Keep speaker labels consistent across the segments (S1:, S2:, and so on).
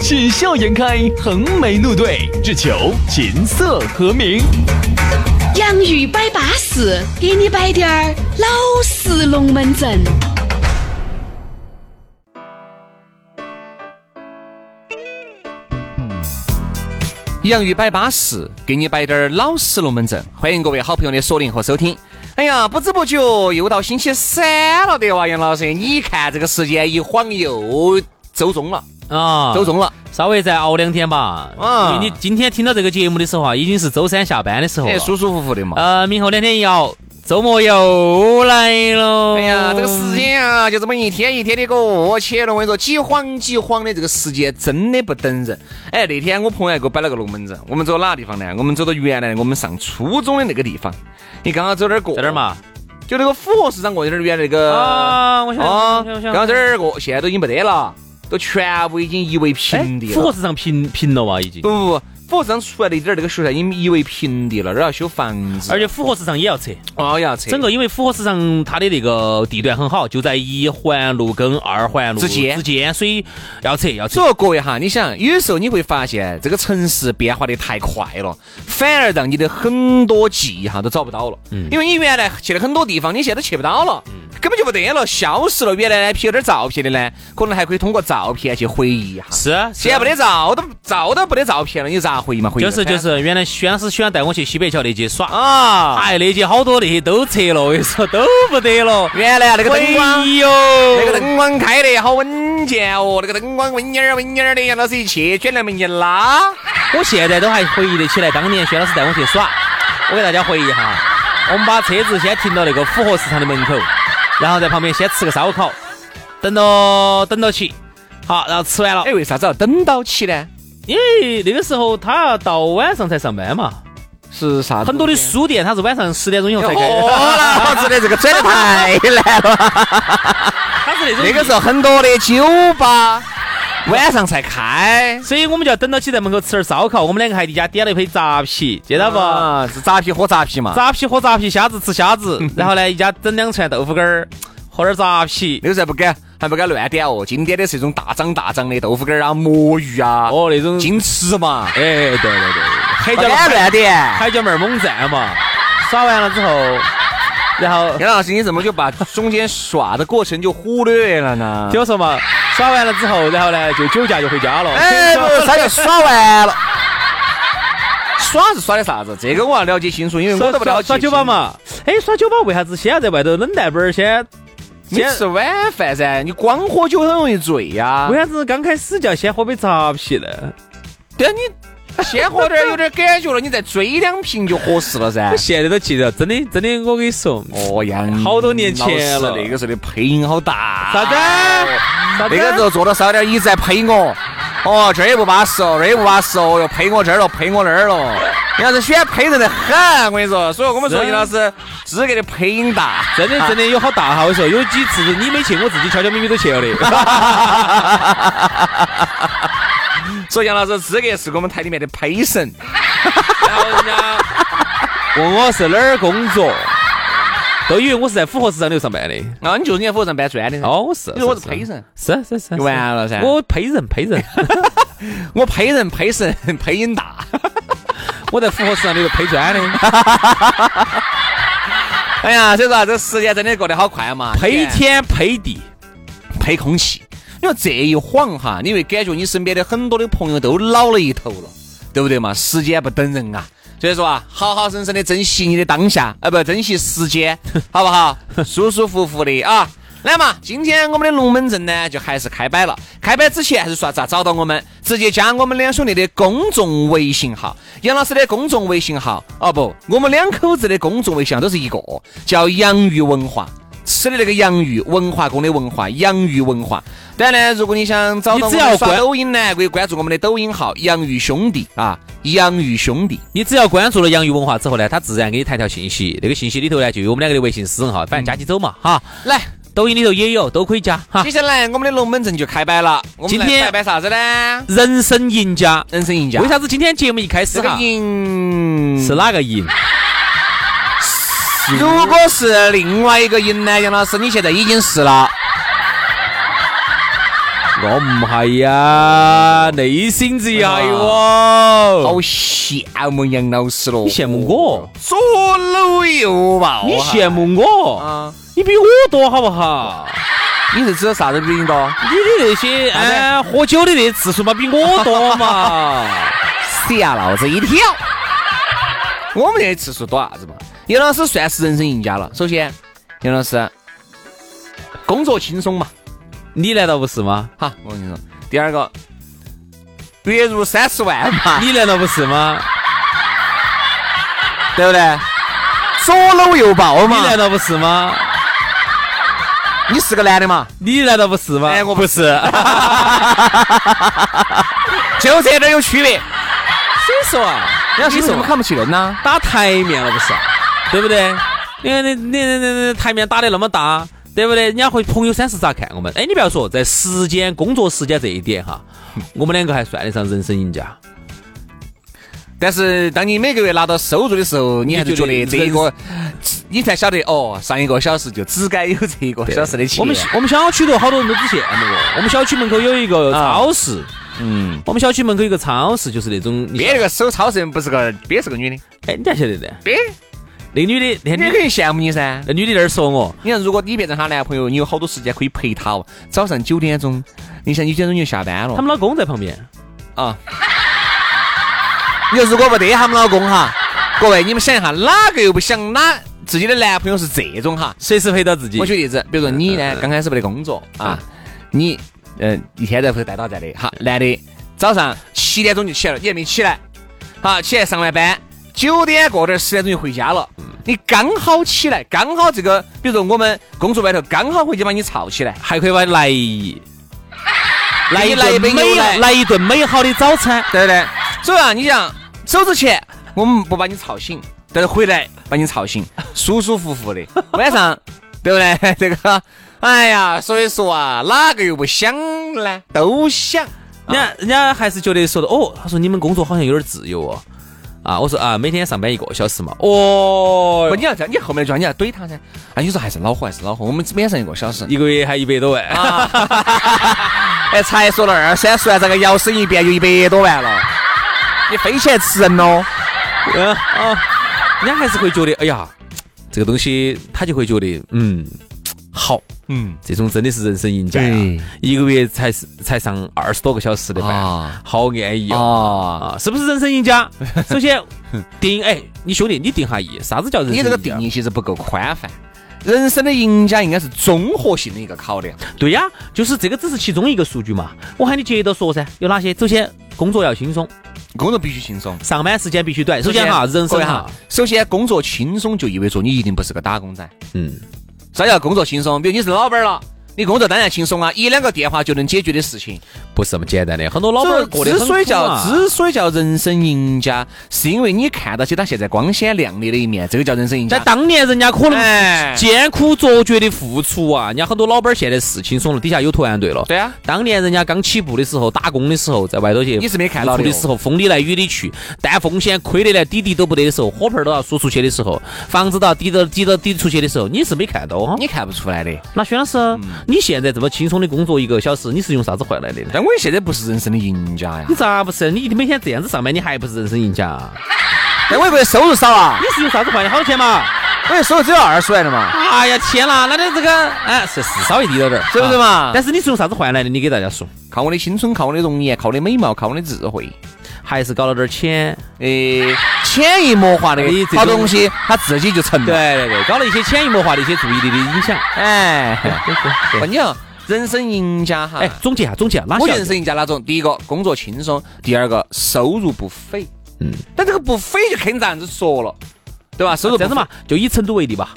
S1: 喜笑颜开，横眉怒对，只求琴瑟和鸣。
S2: 洋芋摆巴士，给你摆点儿老式龙门阵。
S3: 洋芋摆巴适，给你摆点儿老实龙门阵。欢迎各位好朋友的锁定和收听。哎呀，不知不觉又到星期三了的哇，杨老师，你看这个时间一晃又周中了，
S4: 啊，
S3: 周中了。
S4: 稍微再熬两天吧。
S3: 啊
S4: 你你今天听到这个节目的时候啊，已经是周三下班的时候
S3: 哎，舒
S4: 了。
S3: 舒服服的嘛。
S4: 呃，明后两天一熬，周末又来了。
S3: 哎呀，这个时间啊，就这么一天一天的过去了。我跟你说，几晃几晃的，这个时间真的不等人。哎，那天我朋友还给我摆了个龙门阵，我们走哪个地方呢？我们走到原来我们上初中的那个地方。你刚刚走哪儿过？
S4: 在哪儿？嘛？
S3: 就那个府河市场过去那儿原来那个
S4: 啊我晓得我晓
S3: 啊
S4: 得我晓得
S3: 刚刚这儿个现在都已经没得了，都全部已经夷为平地
S4: 哎复
S3: 了
S4: 合。市场平平了哇，已经
S3: 不。不不，府河市场出来的一点儿那个学校已经夷为平地了，然后修房子，
S4: 而且复合市场也要撤，
S3: 哦要拆，
S4: 整个因为复合市场它的那个地段很好，就在一环路跟二环路
S3: 之间
S4: 之间，所以要撤要撤。
S3: 所以各位哈，你想，有时候你会发现这个城市变化的太快了，反而让你的很多记忆哈都找不到了。
S4: 嗯
S3: 因为你原来去了很多地方，你现在都去不到了，根本就不得了，消失了。原来呢，拍点照片的呢，可能还可以通过照片去回忆一下。
S4: 是，啊
S3: 现在没得照都照都没得照片了，你咋回忆嘛？回忆
S4: 就是
S3: 得
S4: 就
S3: 翻
S4: 是，原来轩师喜欢带我去西北桥那街耍，
S3: 啊，
S4: 哎，那些好多那些都撤了，我跟你说都不得了。哎
S3: 原来啊那个灯光
S4: 回。忆哟，
S3: 那个灯光开得好稳健哦，那个灯光温蔫儿温蔫儿的，杨老师一去卷帘门一拉，
S4: 我现在都还回忆得起来，当年薛老师带我去耍。我给大家回忆一下哈，我们把车子先停到那个府河市场的门口，然后在旁边先吃个烧烤，等到等到起，好，然后吃完了，
S3: 哎，为啥子要等到起呢？
S4: 因为那个时候他要到晚上才上班嘛，
S3: 是啥子？
S4: 很多的书店他是晚上十点钟以后才开，
S3: 哦，老子的这个转的太难了。
S4: 他是那种
S3: 那个时候很多的酒吧晚上才开，
S4: 所以我们就要等到起在门口吃点烧烤，我们两个还一家点了一瓶扎啤，记得不？
S3: 啊？是扎啤喝扎啤嘛？
S4: 扎啤喝扎啤，虾子吃虾子，然后呢，一家整两串豆腐干儿，喝点扎啤。
S3: 那个时候不敢，还不敢乱点哦。今天的是一种大张大张的豆腐干儿啊、魔芋啊、
S4: 哦，那种，
S3: 金翅嘛，
S4: 哎，对对对，海
S3: 不
S4: 椒
S3: 敢乱点。
S4: 海椒妹儿猛战嘛，耍完了之后，然 后
S3: 杨老师，你怎么就把中间耍的过程就忽略了呢？
S4: 听我说嘛，耍完了之后，然后呢就酒驾就回家了。
S3: 哎，不是，他就耍完了。耍是耍的啥子？这个我要了解清 楚，因为
S4: 耍
S3: 我都不了
S4: 耍
S3: 解。
S4: 耍酒吧，嘛，哎，耍酒吧为啥子先要在外头冷淡本儿先？
S3: 你
S4: 先
S3: 吃晚饭噻，你光喝酒很容易醉呀、
S4: 为啥子刚开始就要先喝杯扎啤呢？
S3: 但啊你先喝点儿有点感觉了，你再追两瓶就合适了 噻
S4: 我。哎现在都记得，真的真的，我跟你说，
S3: 哦呀，
S4: 好多年前了
S3: 老师那个时候的配音好大。
S4: 啥子？啥子
S3: 那个时候坐到烧点儿椅子在配我。哦，这儿也不巴适哦，那儿也不巴适哦，又配我这儿了，配我那儿了。你要是喜欢配人的很，我跟你说，所以我们说
S4: 是
S3: 杨老师资格的配音大。
S4: 真的真的有好大哈！我说有几次你没去，我自己悄悄咪咪都去了 的。
S3: 所以杨老师资格是我们台里面的陪审。
S4: 然后人家问我是哪儿工作，都以为我是在府河市场里头上班的。
S3: 啊，你就是你在火车站搬砖的噻。
S4: 哦，我是，
S3: 你说我是陪审，
S4: 是是是，
S3: 就完了噻。
S4: 我陪人陪人，
S3: 我陪人陪审 配音大。
S4: 我在府河市场里头陪砖 的，
S3: 哎呀，所以说啊，这时间真的过得好快嘛，
S4: 陪
S3: 天
S4: 天陪地。
S3: 陪空气。你说这一晃哈，你会感觉你身边的很多的朋友都老了一头了，对不对嘛？时间不等人啊，所以说啊，好好生生的珍惜你的当下，啊不，珍惜时间，好不好？ 舒舒服服的啊。来嘛，今天我们的龙门阵呢，就还是开摆了。开摆之前还是说咋找到我们？直接加我们两兄弟的公众微信号，杨老师的公众微信号，哦不，我们两口子的公众微信号都是一个，叫洋芋文化。吃的那个洋芋，文化宫的文化，洋芋文化。当然呢，如果你想找到
S4: 你
S3: 我
S4: 只要
S3: 们刷
S4: 关
S3: 抖音呢，可以关注我们的抖音号“洋芋兄弟”啊，“洋芋兄弟
S4: 你只要关注了洋芋文化之后呢，他自然给你弹条信息，那个信息里头呢就有我们两个的微信私人号，反正加起走嘛哈。”。
S3: 来，
S4: 抖音里头也有，都可以加哈
S3: 接。下来我们的龙门阵就开摆了。我们
S4: 啊今
S3: 来
S4: 天
S3: 摆摆啥子呢？
S4: 人生赢家，
S3: 人生赢家。
S4: 为啥子今天节目一开始
S3: 这个
S4: 哈
S3: 赢
S4: 是哪个赢？
S3: 如果是另外一个赢呢，杨老师，你现在已经是了。
S4: 我唔系呀，内心只系
S3: 好
S4: 我。
S3: 羡慕杨老师咯！
S4: 哦你羡慕我？
S3: 左搂右抱啊，
S4: 你羡慕我？
S3: 啊？
S4: 你比我多好不好？
S3: 你是指的啥子比你多？
S4: 你的那些哎喝酒的那次数嘛，比我多 嘛。
S3: 吓老子一跳！我们这次数多啥子嘛？杨老师算是人生赢家了。首先，杨老师工作轻松嘛，
S4: 你难道不是吗？
S3: 哈，我跟你说。第二个，月入三十万嘛，
S4: 你难道不是 吗？
S3: 对不对？左搂右抱
S4: 你
S3: 嘛，
S4: 难道不是吗？
S3: 你是个男的嘛？
S4: 你难道不是吗？
S3: 哎我
S4: 不是。
S3: 就这点儿有区别。
S4: 所以说 啊，
S3: 杨老师
S4: 你
S3: 你
S4: 说
S3: 怎么看不起人呢？
S4: 打台面了不是，对不对？你看你你你你你台面打得那么大，对不对？人家会朋友三是咋看我们？哎，你不要说，在时间工作时间这一点哈，我们两个还算得上人生赢家。
S3: 但是当你每个月拿到收入的时候，你还是觉得这一个，你才晓得哦，上一个小时就只该有这一个小时的钱。
S4: 我们我们小区头好多人都只羡慕我。我们小区门口有一个超市，
S3: 嗯，
S4: 我们小区门口有一个超市，就是那种你
S3: 别那个手超人不是个，别是个女的，
S4: 哎，你咋晓得的？
S3: 别
S4: 那女的那
S3: 你
S4: 女
S3: 肯定羡慕你噻。
S4: 那女的在那儿说我，
S3: 你看，如果你变成她男朋友，你有好多时间可以陪她哦。早上九点钟，你想九点钟就下班了
S4: 他们老公在旁边。
S3: 啊。你说如果不得他们老公哈，各位你们想一下，哪个又不想哪自己的男朋友是这种哈？
S4: 随时陪到自己
S3: 我。举例子，比如说你
S4: 嗯
S3: 呢
S4: 嗯，嗯
S3: 刚开始没得工作啊，你嗯一天在屋头待到在的，好，男的早上七点钟就起来了，你还没起来，好，起来上完班，九点过点儿十点钟就回家了，
S4: 嗯
S3: 你刚好起来，刚好这个，比如说我们工作外头刚好回去把你吵起来，
S4: 还可以把来一 来一
S3: 给你来一杯
S4: 顿美
S3: 牛奶
S4: 来一顿美好的早餐。
S3: 对不对？所以啊，你想走之前我们不把你吵醒，但是回来把你吵醒，舒舒服服的，晚上对不对？ 这个。哎呀，所以说啊，哪个又不想呢？都想。
S4: 人家人家还是觉得说的哦，他说你们工作好像有点自由哦。啊，我说啊，每天上班一个小时嘛。哦
S3: 不，，你要这样，你后面就要你要怼他噻。哎，你说还是恼火，还是恼火。我们每上一个小时，
S4: 一个月还一百多万。
S3: 哎，才说了二三十万，这个摇身一变就一百多万了。你飞起来吃人喽？
S4: 嗯啊， 人家还是会觉得，哎呀，这个东西他就会觉得，嗯，好，
S3: 嗯，
S4: 这种真的是人生赢家呀
S3: 对。
S4: 一个月才是才上二十多个小时的班，
S3: 啊
S4: 好安逸哦。
S3: 哦，
S4: 啊，是不是人生赢 家？首先定，哎，你兄弟，你定下意，啥子叫人生
S3: 你
S4: 赢
S3: 这
S4: 家？
S3: 个定义其实不够宽泛。人生的赢家应该是综合性的一个考量。
S4: 对呀、就是这个只是其中一个数据嘛。我喊你接着说噻，有哪些？首先，工作要轻松，
S3: 工作必须轻松。
S4: 上班时间必须短。首先哈，人
S3: 各
S4: 生
S3: 位
S4: 哈
S3: 哈，，首先工作轻松就意味着你一定不是个打工仔。
S4: 嗯，
S3: 啥叫工作轻松？比如你是老板了，你工作当然轻松啊，一两个电话就能解决的事情。
S4: 不是那么简单的。很多老板
S3: 所
S4: 儿
S3: 以
S4: 过得很
S3: 之所以
S4: 苦
S3: 叫
S4: 啊
S3: 之所以叫人生赢家，是因为你看到起他现在光鲜亮丽的一面，这个叫人生赢
S4: 在
S3: 家。
S4: 当年人家可
S3: 哎
S4: 能艰苦卓绝的付出啊，人家很多老板儿现在是轻松了，底下有团队了。
S3: 对啊，
S4: 当年人家刚起步的时候，打工的时候，在外头去
S3: 你是没看到的
S4: 付
S3: 哟
S4: 出的时候，风里来雨里去，担风险亏得来底底都不得的时候，火盆儿都要输出去的时候，房子都要抵到抵到抵出去的时候，你是没看到哈。
S3: 你看不出来的。
S4: 那薛老师，你现在这么轻松的工作一个小时，你是用啥子换来的呢？
S3: 但我现在不是人生的赢家呀
S4: 你，咋不是？你每天这样子上班，你还不是人生赢家？
S3: 但我一个月收入少啊，
S4: 你是用啥子换的？好多钱嘛？
S3: 我月收入只有二十万的嘛，
S4: 哎呀天啦，那你这个哎是是稍微低了点儿，
S3: 是不是
S4: 啊
S3: 嘛？
S4: 但是你是用啥子换来的？你给大家说，
S3: 靠我的青春，靠我的容颜，靠我的美貌，靠我的智慧。
S4: 还是搞了点儿钱。
S3: 诶，呃潜移默化的
S4: 你这种
S3: 好东西，它自己就
S4: 嗯
S3: 成了。
S4: 对对，搞了一些潜移默化的一些注意力的影响。
S3: 哎，
S4: 对
S3: 不，你看人生赢家哈，
S4: 哎，总结下，总结下，哪
S3: 我
S4: 些
S3: 觉得人
S4: 要？
S3: 生赢家哪种？第一个工作轻松，第二个收入不菲。
S4: 嗯，
S3: 但这个不菲就肯这样子说了，对吧？收入
S4: 这样子嘛，就以成都为例吧。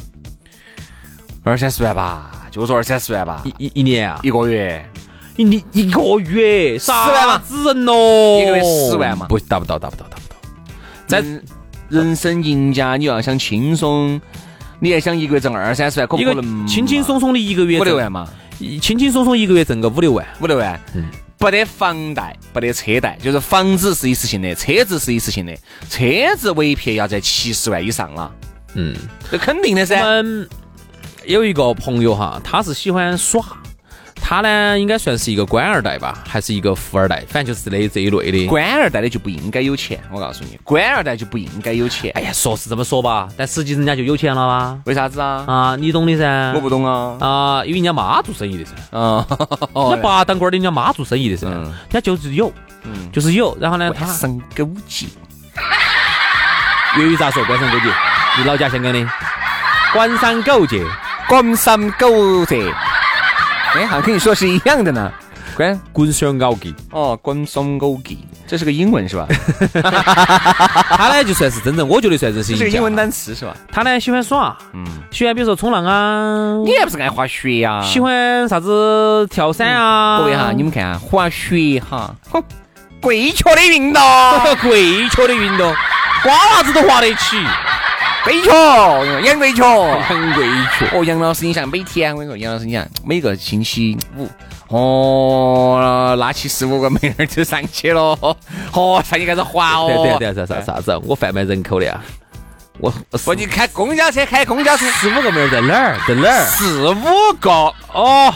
S3: 二三十万吧，就说二三十万吧，
S4: 一一一年啊，
S3: 一个月，
S4: 一你一个月十
S3: 万嘛
S4: 子人咯，
S3: 一个月10万嘛
S4: 不达不到，达不到，达不到。在
S3: 人人生赢家，你要想轻松，你要想一个月挣二三十万，可不
S4: 一
S3: 可
S4: 个
S3: 能嘛？
S4: 轻轻松松的一个月
S3: 嗯五六
S4: 挣，
S3: 万嘛，
S4: 一轻轻松松一个月挣个五六万，
S3: 五六万，不得房贷，不得车贷，就是房子是一次性的，车子是一次性的，车子尾片要在七十万以上了，
S4: 嗯。
S3: 这肯定的
S4: 我
S3: 噻。
S4: 们有一个朋友哈，他是喜欢耍，他呢应该算是一个官二代吧，还是一个富二代，反正就是这这一类的。
S3: 官二代的就不应该有钱，我告诉你，官二代就不应该有钱。
S4: 哎呀，说是这么说吧，但实际人家就有钱了啦。
S3: 为啥子啊？
S4: 啊，你懂的噻。
S3: 我不懂啊。
S4: 啊，因为人家妈做生意的噻，
S3: 啊，
S4: 人家爸当官的，人家妈做生意的噻，
S3: 嗯
S4: 人家就是有，就是有。然后呢，他
S3: 官商勾 结，
S4: 粤语咋说？官商勾结，你老家香港的？官商勾结，
S3: 官商勾结。哎，好像跟你说是一样的呢。官
S4: 官商勾结。
S3: 哦，官商勾结，这是个英文是吧？
S4: 他呢就算是真正，我觉得算真是
S3: 这是
S4: 赢
S3: 个英文
S4: 家。
S3: 单词是吧？
S4: 他呢喜欢耍，
S3: 嗯，
S4: 喜欢比如说冲浪啊，
S3: 你也不是爱滑雪呀？
S4: 喜欢啥子跳伞啊？
S3: 各位哈，你们看啊，滑雪哈，哼，跪脚的运动，
S4: 跪球的运动，瓜娃子都滑得起，
S3: 跪脚，仰跪脚。
S4: 很跪球。
S3: 哦，杨老师，你想每天，我跟你说，杨老师，你想每个星期五，哦，拉起十五个妹儿就上去了， 哦，上去开始滑哦。
S4: 对对对，啥啥啥子？我贩卖人口的啊！我
S3: 不，
S4: 十
S3: 你开公交车，开公交车，
S4: 五个妹儿在哪儿？在哪儿？
S3: 四五个，
S4: 哦
S3: 哦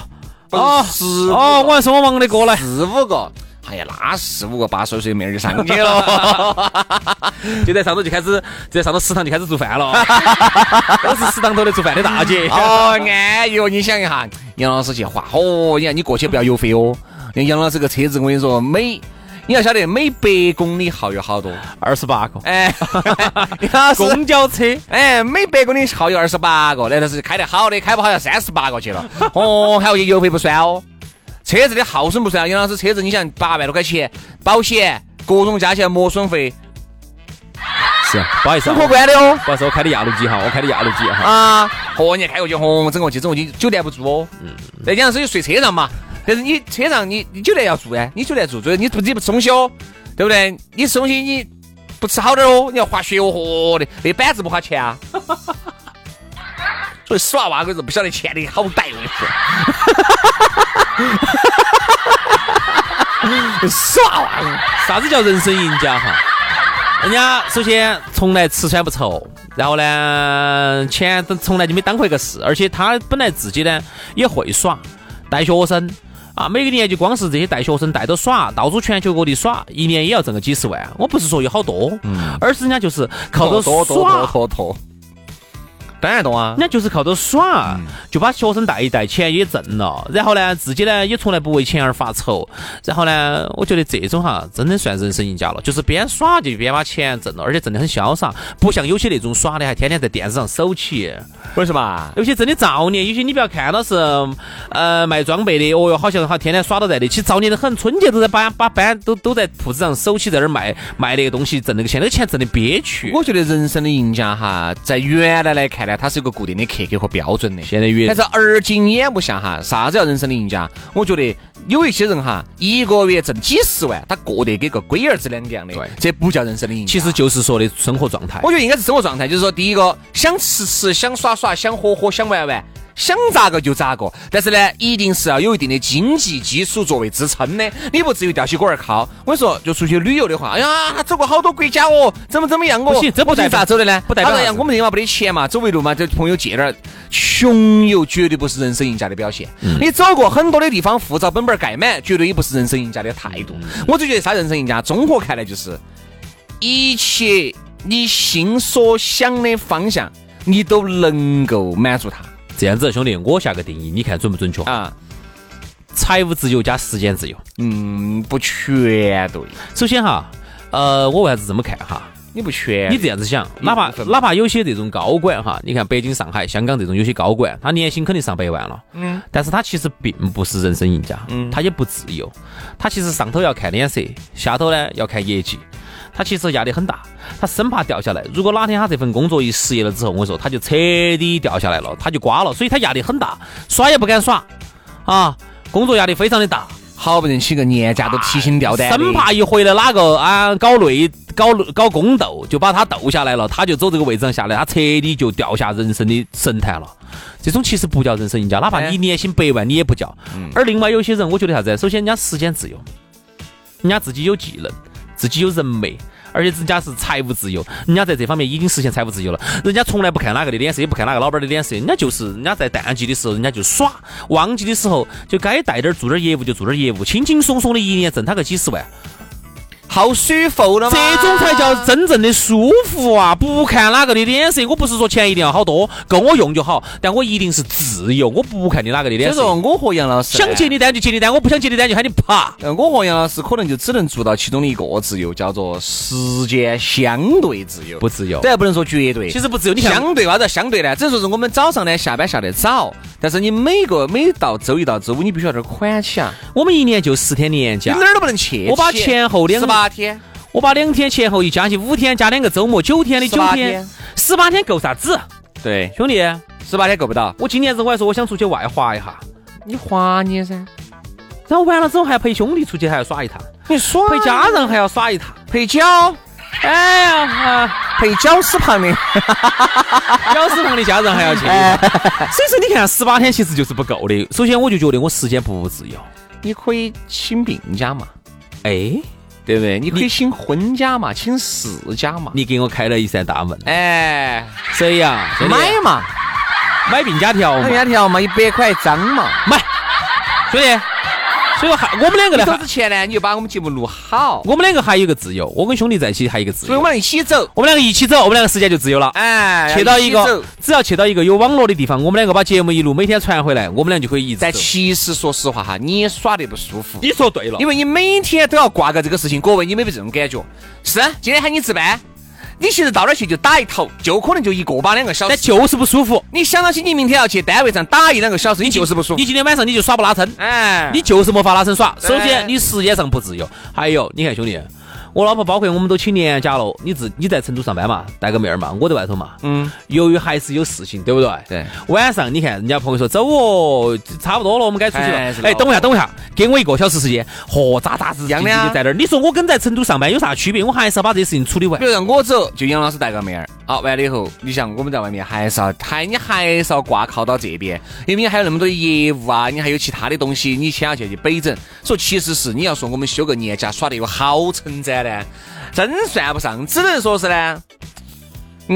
S4: 哦，
S3: 十
S4: 哦，我还说我忙得过来。
S3: 四五个。哎呀，那四五个八十岁的妹儿就上去了，
S4: 就在上头就开始，就在上头食堂就开始做饭了， 都是食堂头的做饭的大 姐。
S3: 哦，安逸哦！你想一下，杨老师去滑，哦，你看你过去不要油费哦。杨老师个车子，我跟你说，每你要晓得每百公里耗油好多，
S4: 二十八个
S3: 哎，杨老师
S4: 公交车，
S3: 哎，每百公里耗油二十八个，那都是开得好的，开不好要三十八个去了。哦，还有油费不算哦，车子的耗损不算。杨老师车子，你想八万多块钱，保险各种加起来磨损费
S4: 是不好意思
S3: 是
S4: 啊，
S3: 过关的哦。
S4: 不好意思，我开的压路机哈，我开的压路机哈。
S3: 啊，嚯，你开过去，轰，整过去，整过去，酒店不住哦。
S4: 嗯
S3: 那杨老师就睡车上嘛，但是你车上你你酒店要住呀，你酒店住，所以你不你不吃东西哦，对不对？你吃东西你不吃好点儿哦，你要滑雪哦，嚯的，那板子不花 钱啊。所以死娃娃个人不晓得钱的好歹，哦我跟你说。死娃娃个人，
S4: 啥子叫人生赢家哈？人家首先从来吃穿不愁，然后呢，钱都从来就没当回个事，而且他本来自己呢也会耍，带学生啊，每个年就光是这些带学生带着耍，到处全球各地耍，一年也要挣个几十万。我不是说有好多，
S3: 嗯
S4: 而是人家就是靠着
S3: 拖拖拖
S4: 耍，
S3: 拖拖，当然懂啊
S4: 人。家就是靠着耍，就把学生带一带，钱也挣了，然后呢，自己呢也从来不为钱而发愁，然后呢，我觉得这种哈，真的算人生赢家了，就是边耍就边把钱挣了，而且挣得很潇洒，不像有些那种耍的还天天在电视上守起，
S3: 为什么？
S4: 有些真的造孽，有些你不要看到是，呃，卖装备的，哦哟，好像好天天耍到在的，其实造孽的很，春节都在把把班都都在铺子上守起，在那儿卖卖那个东西，挣那个钱，那个钱挣的憋屈。
S3: 我觉得人生的赢家哈，在原来来看呢，它是有个固定的客格和标准的。
S4: 现在越
S3: 但是而今眼目下哈，啥子叫人生的赢家？我觉得有一些人哈，一个月挣几十万，他过得跟个龟儿子两个样的
S4: 对，
S3: 这不叫人生的赢家。
S4: 其实就是说的生活状态。
S3: 我觉得应该是生活状态，就是说，第一个想吃吃，想耍耍，想喝喝，想玩玩，想咋个就咋个。但是呢，一定是要有一定的经济基础作为支撑的，你不至于吊起锅儿靠。我跟你说，就出去旅游的话，哎呀，走过好多国家哦，怎么怎么样哦，
S4: 不行这不
S3: 我是
S4: 代表
S3: 咋走的呢？
S4: 不代表
S3: 他说哎
S4: 啥
S3: 呀
S4: 子
S3: 我们这嘛没得钱嘛，走围路嘛，这朋友借点儿。穷游绝对不是人生赢家的表现。你走过很多的地方，护照本本儿盖满，绝对也不是人生赢家的态度。我就觉得啥人生赢家，综合看来就是一切你心所想的方向，你都能够满足他
S4: 这样子，兄弟，我下个定义，你看准不准确？
S3: 啊。
S4: 财务自由加时间自由。
S3: 嗯，不全对，
S4: 首先哈，呃，我为啥子这么看哈？
S3: 你不全，
S4: 你这样子想，哪怕
S3: 一部分吧
S4: 哪怕有些这种高管哈，你看北京、上海、香港这种有些高管，他年薪肯定上百万了，嗯，但是他其实并不是人生赢家，嗯，他也不自由，他其实上头要看脸色，下头呢要看业绩。他其实压力很大，他生怕掉下来。如果哪天他这份工作一失业了之后，我跟你说他就彻底掉下来了，他就瓜了，所以他压力很大，耍也不敢耍啊，工作压力非常的大。
S3: 好不容易请个年假都提心吊胆的，
S4: 生怕一回来哪个啊搞内搞搞宫斗，就把他斗下来了，他就走这个位置上下来，他彻底就掉下人生的神坛了。这种其实不叫人生赢家，哪怕你年薪百万，你也不叫。而另外有些人，我觉得啥子？首先人家时间自由，人家自己有技能，自己有人脉。而且人家是财务自由，人家在这方面已经实现财务自由了。人家从来不看哪个的脸色，也不看哪个老板的脸色，人家就是人家在淡季的时候，人家就耍；旺季的时候，就该带点儿做点儿业务就做点儿业务，轻轻松松的一年挣他个几十万，
S3: 好舒服了嘛。
S4: 这种才叫真正的舒服啊！不看哪个的脸色，我不是说钱一定要好多，够我用就好，但我一定是自由，我不看你哪个的
S3: 所
S4: 脸
S3: 以说，
S4: 色。
S3: 我和杨老师
S4: 想接你单就接你单，我不想接你单就喊你爬。
S3: 呃，我和杨老师可能就只能做到其中的一个自由，叫做时间相对自由，
S4: 不自由
S3: 这还不能说绝对。
S4: 其实不自由，你想
S3: 相对啥子相对呢？只能说是我们早上呢下班下得早，但是你每个每到周一到周五，你必须要有点款起啊，
S4: 我们一年就十天年
S3: 你
S4: 假
S3: 哪，儿都不能去。
S4: 我把前后两
S3: 十八天，
S4: 我把两天前后一加起，五天加两个周末，九天的九
S3: 18
S4: 天
S3: 天，
S4: 十八天够啥子？
S3: 对，
S4: 兄弟，
S3: 十八天够不到，
S4: 我今年子我还说我想出去外滑一下，
S3: 你划你噻，
S4: 然后完了之后还陪兄弟出去还要耍一趟，
S3: 你啊耍
S4: 陪家人还要耍一趟。
S3: 陪脚
S4: 哎呀，啊，
S3: 陪脚屎旁的，
S4: 小时旁的家人还要去一
S3: 哎
S4: 趟。所以说你看，十八天其实就是不够的。首先我就觉得我时间不自由。
S3: 你可以请病假嘛，
S4: 哎，
S3: 对不对？你可以请婚假嘛，请事假嘛，
S4: 你给我开了一扇大门。
S3: 哎，
S4: 谁呀？兄弟
S3: 买哎嘛。
S4: 买病假 条嘛
S3: 人，家条嘛，一百 块一张嘛。
S4: 买。兄弟，所以说还我们两个
S3: 你
S4: 呢，
S3: 走
S4: 还
S3: 之前呢，你就把我们节目录好，
S4: 我们两个还有一个自由，我跟兄弟在一起还有一个自
S3: 所以
S4: 由
S3: 我。们一起走。
S4: 我们两个一起走，我们两个时间就自由了。
S3: 哎
S4: 去到一
S3: 起
S4: 个
S3: 走，
S4: 只要去到一个有网络的地方，我们两个把节目一路每天传回来，我们俩就可以一直
S3: 但
S4: 走。
S3: 其实说实话哈，你也耍得不舒服，
S4: 你说对了
S3: 因为你每天都要挂个这个事情。各位，你有没有这种感觉？是，啊今天喊你值班，你其实到那儿去就打一头，就可能就一个把两个小
S4: 但
S3: 时。
S4: 就是不舒服。
S3: 你想到起你明天要去单位上打一两个小时，你就是不舒服
S4: 你。今天晚上你就耍不拉伸，
S3: 哎，
S4: 你就是没法拉伸耍。
S3: 对
S4: 首先，你时间上不自由。还有，你看兄弟，我老婆包括我们都请年假了，你自你在成都上班嘛，带个妹儿嘛，我在外头嘛。
S3: 嗯，
S4: 由于还是有事情，对不对？
S3: 对。
S4: 晚上你看，人家朋友说走哦，差不多了，我们该出去
S3: 哎
S4: 了
S3: 是。的
S4: 哎，等我一下，等我一下，给我一个小时时间，和渣渣子
S3: 一样
S4: 唧
S3: 的啊
S4: 唧在那儿。你说我跟在成都上班有啥区别？我还是要把这些事情处理完
S3: 比。如让我走，就杨老师带个妹儿。好，完了以后，你想我们在外面还是要还你还是要挂靠到这边，因为你还有那么多的业务啊，你还有其他的东西，你先要去去北整。所以其实是你要说我们休个年假耍得有好称赞呢，真算不上，只能说是呢，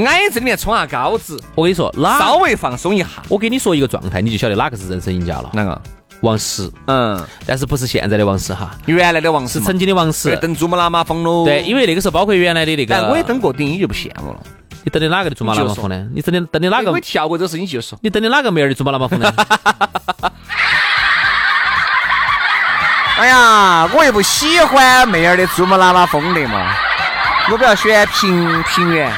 S3: 矮子里面冲下高子，
S4: 我跟你说，哪
S3: 稍微放松一下。
S4: 我跟你说一个状态，你就晓得哪个是人生赢家了。
S3: 哪个？
S4: 王石，
S3: 嗯，
S4: 但是不是现在的王石哈，
S3: 原来的王
S4: 是
S3: 石嘛
S4: 曾，经的王
S3: 是
S4: 石。
S3: 登珠穆朗玛峰喽。
S4: 对，因
S3: 为
S4: 为那个时候包括原来的那
S3: 但
S4: 个，
S3: 我也登过顶，你就不羡慕了。
S4: 你等的哪个的珠穆朗玛峰呢？你等的等的哪
S3: 我
S4: 个？
S3: 跳过这个事情就说，
S4: 你等的哪个妹儿的珠穆朗玛峰 呢？
S3: 哎呀，我又不喜欢妹儿的珠穆朗玛峰的嘛，我比较喜欢平平原，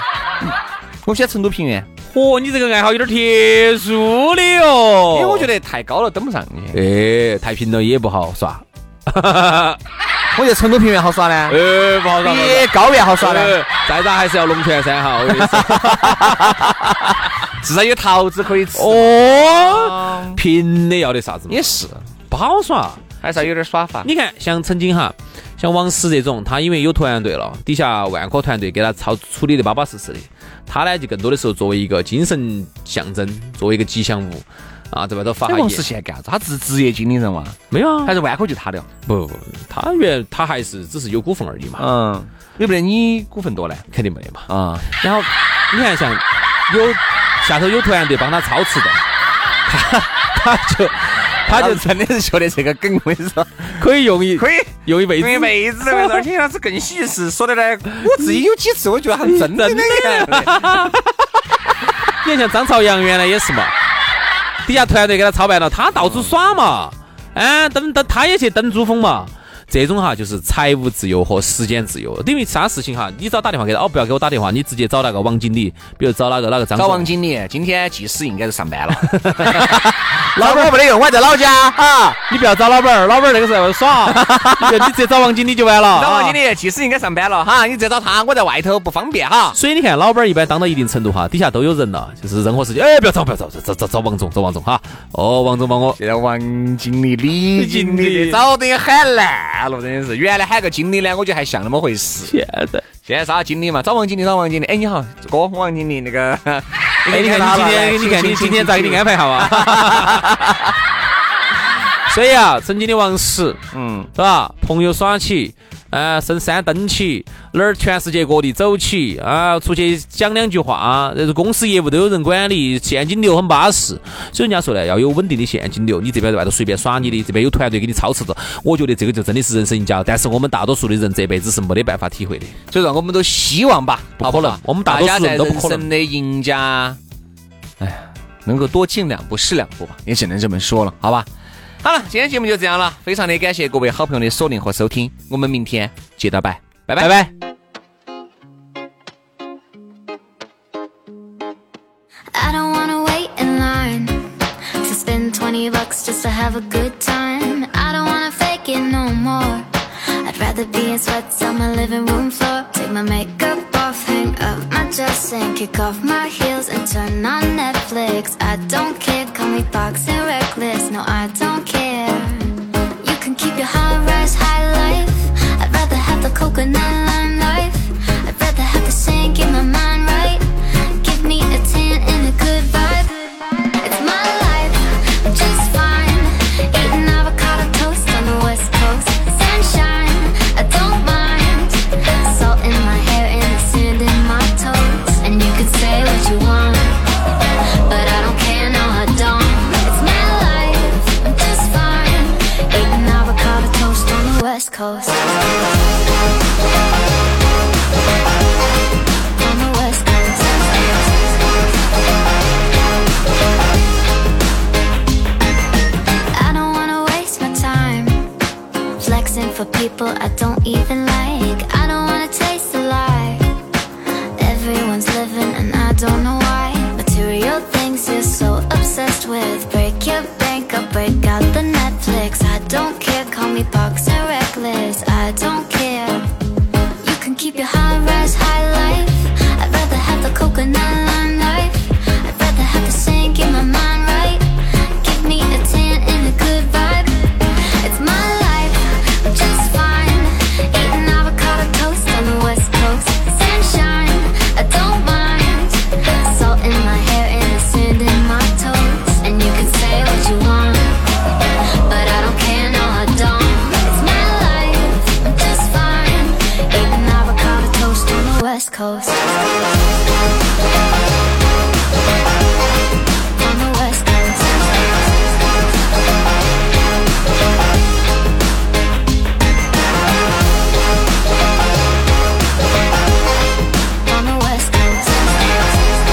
S3: 我喜欢成都平原，
S4: 嚯，你这个爱好有点特殊的哦
S3: 因为我觉
S4: 得，
S3: 得太高了登不上去。
S4: 哎，太平了也不好耍，
S3: 我觉得成都平原好耍呢，
S4: 哎，不好耍。不好
S3: 比高原好耍
S4: 耍
S3: 呢，
S4: 哎再咋还是要龙泉山哈，我跟你说。
S3: 至少有桃子可以吃。
S4: 哦，平的要得啥子嘛？
S3: 也是，
S4: 不好耍。
S3: 还是要有点耍法。
S4: 你看，像曾经哈，像王石这种，他因为有团队了，底下万科团队给他操处理的巴巴适适的。他呢，就更多的时候作为一个精神象征，作为一个吉祥物啊，在外头发
S3: 那
S4: 下
S3: 王
S4: 言。
S3: 石现在干啥子？他是职业经理人嘛，
S4: 没有啊
S3: 还？是万科就他的？
S4: 不不不，他原他还是只是有股份而已嘛，
S3: 嗯，有不得你股份多呢？
S4: 肯定没得嘛。
S3: 啊，
S4: 然后你看，像有下头有团队帮他操持的，他他就他
S3: 他
S4: 就
S3: 就真的是觉得这个梗，我跟你说，
S4: 可以用一
S3: 可以。
S4: 用一辈子
S3: 因为。妹子，妹子，而且老师更喜事，说的呢， 我自己有几次我觉得很真的 那个。
S4: 你看像张朝阳原来也是嘛，底下团队给他操办了，他到处耍嘛，哎，登登他也去登珠峰嘛，这种哈就是财务自由和时间自由，等于啥事情哈，你只要打电话给他，哦不要给我打电话，你直接找那个王经理，比如找哪个哪个张
S3: 找
S4: 总
S3: 王经理，今天技师应该是上班 了。老板儿没得用，我还在老家啊。
S4: 你不要找老板儿，老板儿那个时候在外头耍， 你就你直接找王经理就完了。
S3: 找王经
S4: 理。
S3: 理，技师应该上班了哈。你再找他，我在外头不方便哈。
S4: 所以你看，老板儿一般当到一定程度哈，底下都有人了，就是任何事情，哎，不要找，不要找，找找找找王总，找王总哈。哦，王总帮我，
S3: 现在王经理、李
S4: 李
S3: 经
S4: 经
S3: 理
S4: 理
S3: 的早都喊烂了，真的是。原来喊个经理呢，我觉得还像那么回事。
S4: 现在，
S3: 现在啥经理嘛，找王经理，找王经理。哎，你好，哥，我王经理那个。
S4: 哎，
S3: 哎
S4: 你看你今天，你看你今天咋给你安？排好 啊？所以啊，曾经的王石，
S3: 嗯，
S4: 是吧？朋友耍起，啊，升山登起，哪儿全世界各地走起，啊，出去讲两句话，呃公司业务都有人管理，现金流很巴适。所以人家说呢，要有稳定的现金流，你这边在外头随便耍你的，这边有团队给你操持着，我觉得这个就真的是人生赢家。但是我们大多数的人这辈子是没得办法体会的。
S3: 所以说我们都希望吧，
S4: 不可能
S3: 好好
S4: 我们大多数人都不可能
S3: 大家在人生的赢家，哎呀，能够多进两步是两步吧，也只能这么说了，好吧？好了，今天节目就这样了，非常的感谢各位好朋友的锁定和收听，我们明天接着拜，拜拜
S4: 拜拜。
S5: I don't wanna wait in line to spend 20 bucks just to have a good time. I don't wanna fake it no more. I'd rather be in sweats on my living room floor. Take my makeup off, hang up my dress, and kick off my heels and turn on Netflix. I don't care, call me boxing reckless. No, I don't care. You can keep your high rise, high life. I'd rather have the coconut lime life. I'd rather have the sand, get my mind right. Give me a tan and a good vibe. It's my life, I'm just fine. Eating avocado toast on the west coast. Sunshine, I don't mind. Salt in my hair and the sand in my toes. And you can say what you want, but I don't care, no, I don't. It's my life, I'm just fine. Eating avocado toast on the west coast. On the west coast. I don't wanna waste my time flexing for people I don't even like. I don't wanna taste a lie. Everyone's living and I don't know why. Material things you're so obsessed with. Break your bank or break out the Netflix. I don't care, call me boxer reckless. I don't care. You can keep your high rise, high life. I'd rather have the coconut lime life. I'd rather have the sand, get my mind right. Give me a tan and a good vibe. It's my life, I'm just fine. Eating avocado toast on the west coast. Sunshine, I don't mind. Salt in my hair and the sand in my toes. And you can say what you want. But I don't care, no, I don't. It's my life, I'm just fine. Eating avocado toast on the west coast. On the west coast. On the west coast.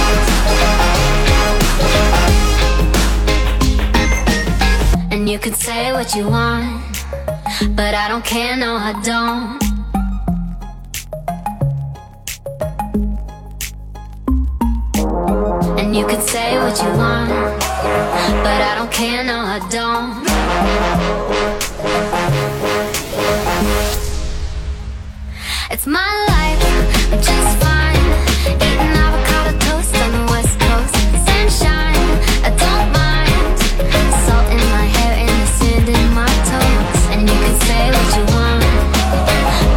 S5: And you can say what you want, but I don't care, no, I don't. And you can say what you want, but I don't care, no, I don't. It's my life, I'm just fine. Eating avocado toast on the west coast. Sunshine, I don't mind. Salt in my hair and the sand in my toes. And you can say what you want,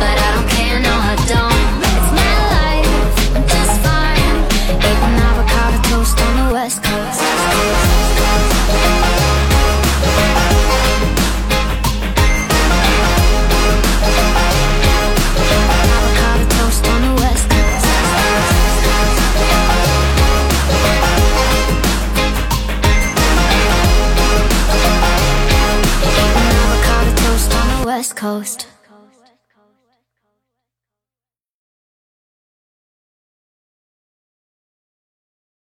S5: but I don't care, no, I don't. It's my life, I'm just fine. Eating avocado toast on the west coast. Avocado toast on the west coast. Avocado toast on the west coast.